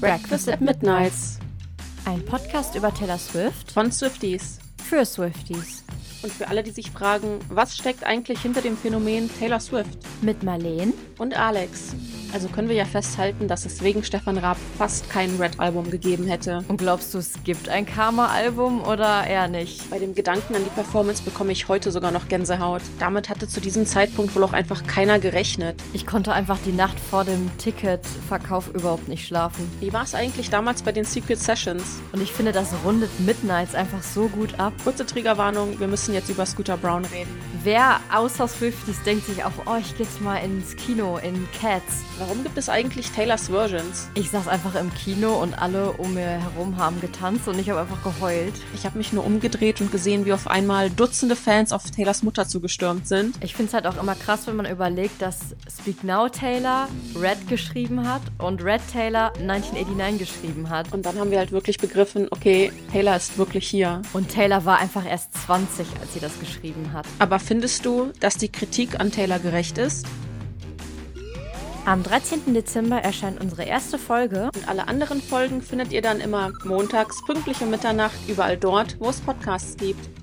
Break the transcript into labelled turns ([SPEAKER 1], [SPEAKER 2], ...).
[SPEAKER 1] Breakfast at Midnights
[SPEAKER 2] Ein Podcast über Taylor Swift
[SPEAKER 1] von Swifties.
[SPEAKER 2] für Swifties.
[SPEAKER 1] Und für alle, die sich fragen, was steckt eigentlich hinter dem Phänomen Taylor Swift
[SPEAKER 2] Mit Marleen.
[SPEAKER 1] und Alex? Also können wir ja festhalten, dass es wegen Stefan Raab fast kein Red-Album gegeben hätte.
[SPEAKER 2] Und glaubst du, es gibt ein Karma-Album oder eher nicht?
[SPEAKER 1] Bei dem Gedanken an die Performance bekomme ich heute sogar noch Gänsehaut. Damit hatte zu diesem Zeitpunkt wohl auch einfach keiner gerechnet.
[SPEAKER 2] Ich konnte einfach die Nacht vor dem Ticketverkauf überhaupt nicht schlafen.
[SPEAKER 1] Wie war es eigentlich damals bei den Secret Sessions?
[SPEAKER 2] Und ich finde, das rundet Midnights einfach so gut ab.
[SPEAKER 1] Kurze Triggerwarnung, wir müssen jetzt über Scooter Brown reden.
[SPEAKER 2] Wer außer Swifties denkt sich auch, oh, ich gehe jetzt mal ins Kino, in Cats.
[SPEAKER 1] Warum gibt es eigentlich Taylors Versions?
[SPEAKER 2] Ich saß einfach im Kino und alle um mir herum haben getanzt und ich habe einfach geheult.
[SPEAKER 1] Ich habe mich nur umgedreht und gesehen, wie auf einmal Dutzende Fans auf Taylors Mutter zugestürmt sind.
[SPEAKER 2] Ich finde es halt auch immer krass, wenn man überlegt, dass Speak Now Taylor Red geschrieben hat und Red Taylor 1989 geschrieben hat.
[SPEAKER 1] Und dann haben wir halt wirklich begriffen, okay, Taylor ist wirklich hier.
[SPEAKER 2] Und Taylor war einfach erst 20, als sie das geschrieben hat.
[SPEAKER 1] Aber findest du, dass die Kritik an Taylor gerecht ist?
[SPEAKER 2] Am 13. Dezember erscheint unsere erste Folge.
[SPEAKER 1] Und alle anderen Folgen findet ihr dann immer montags pünktlich um Mitternacht überall dort, wo es Podcasts gibt.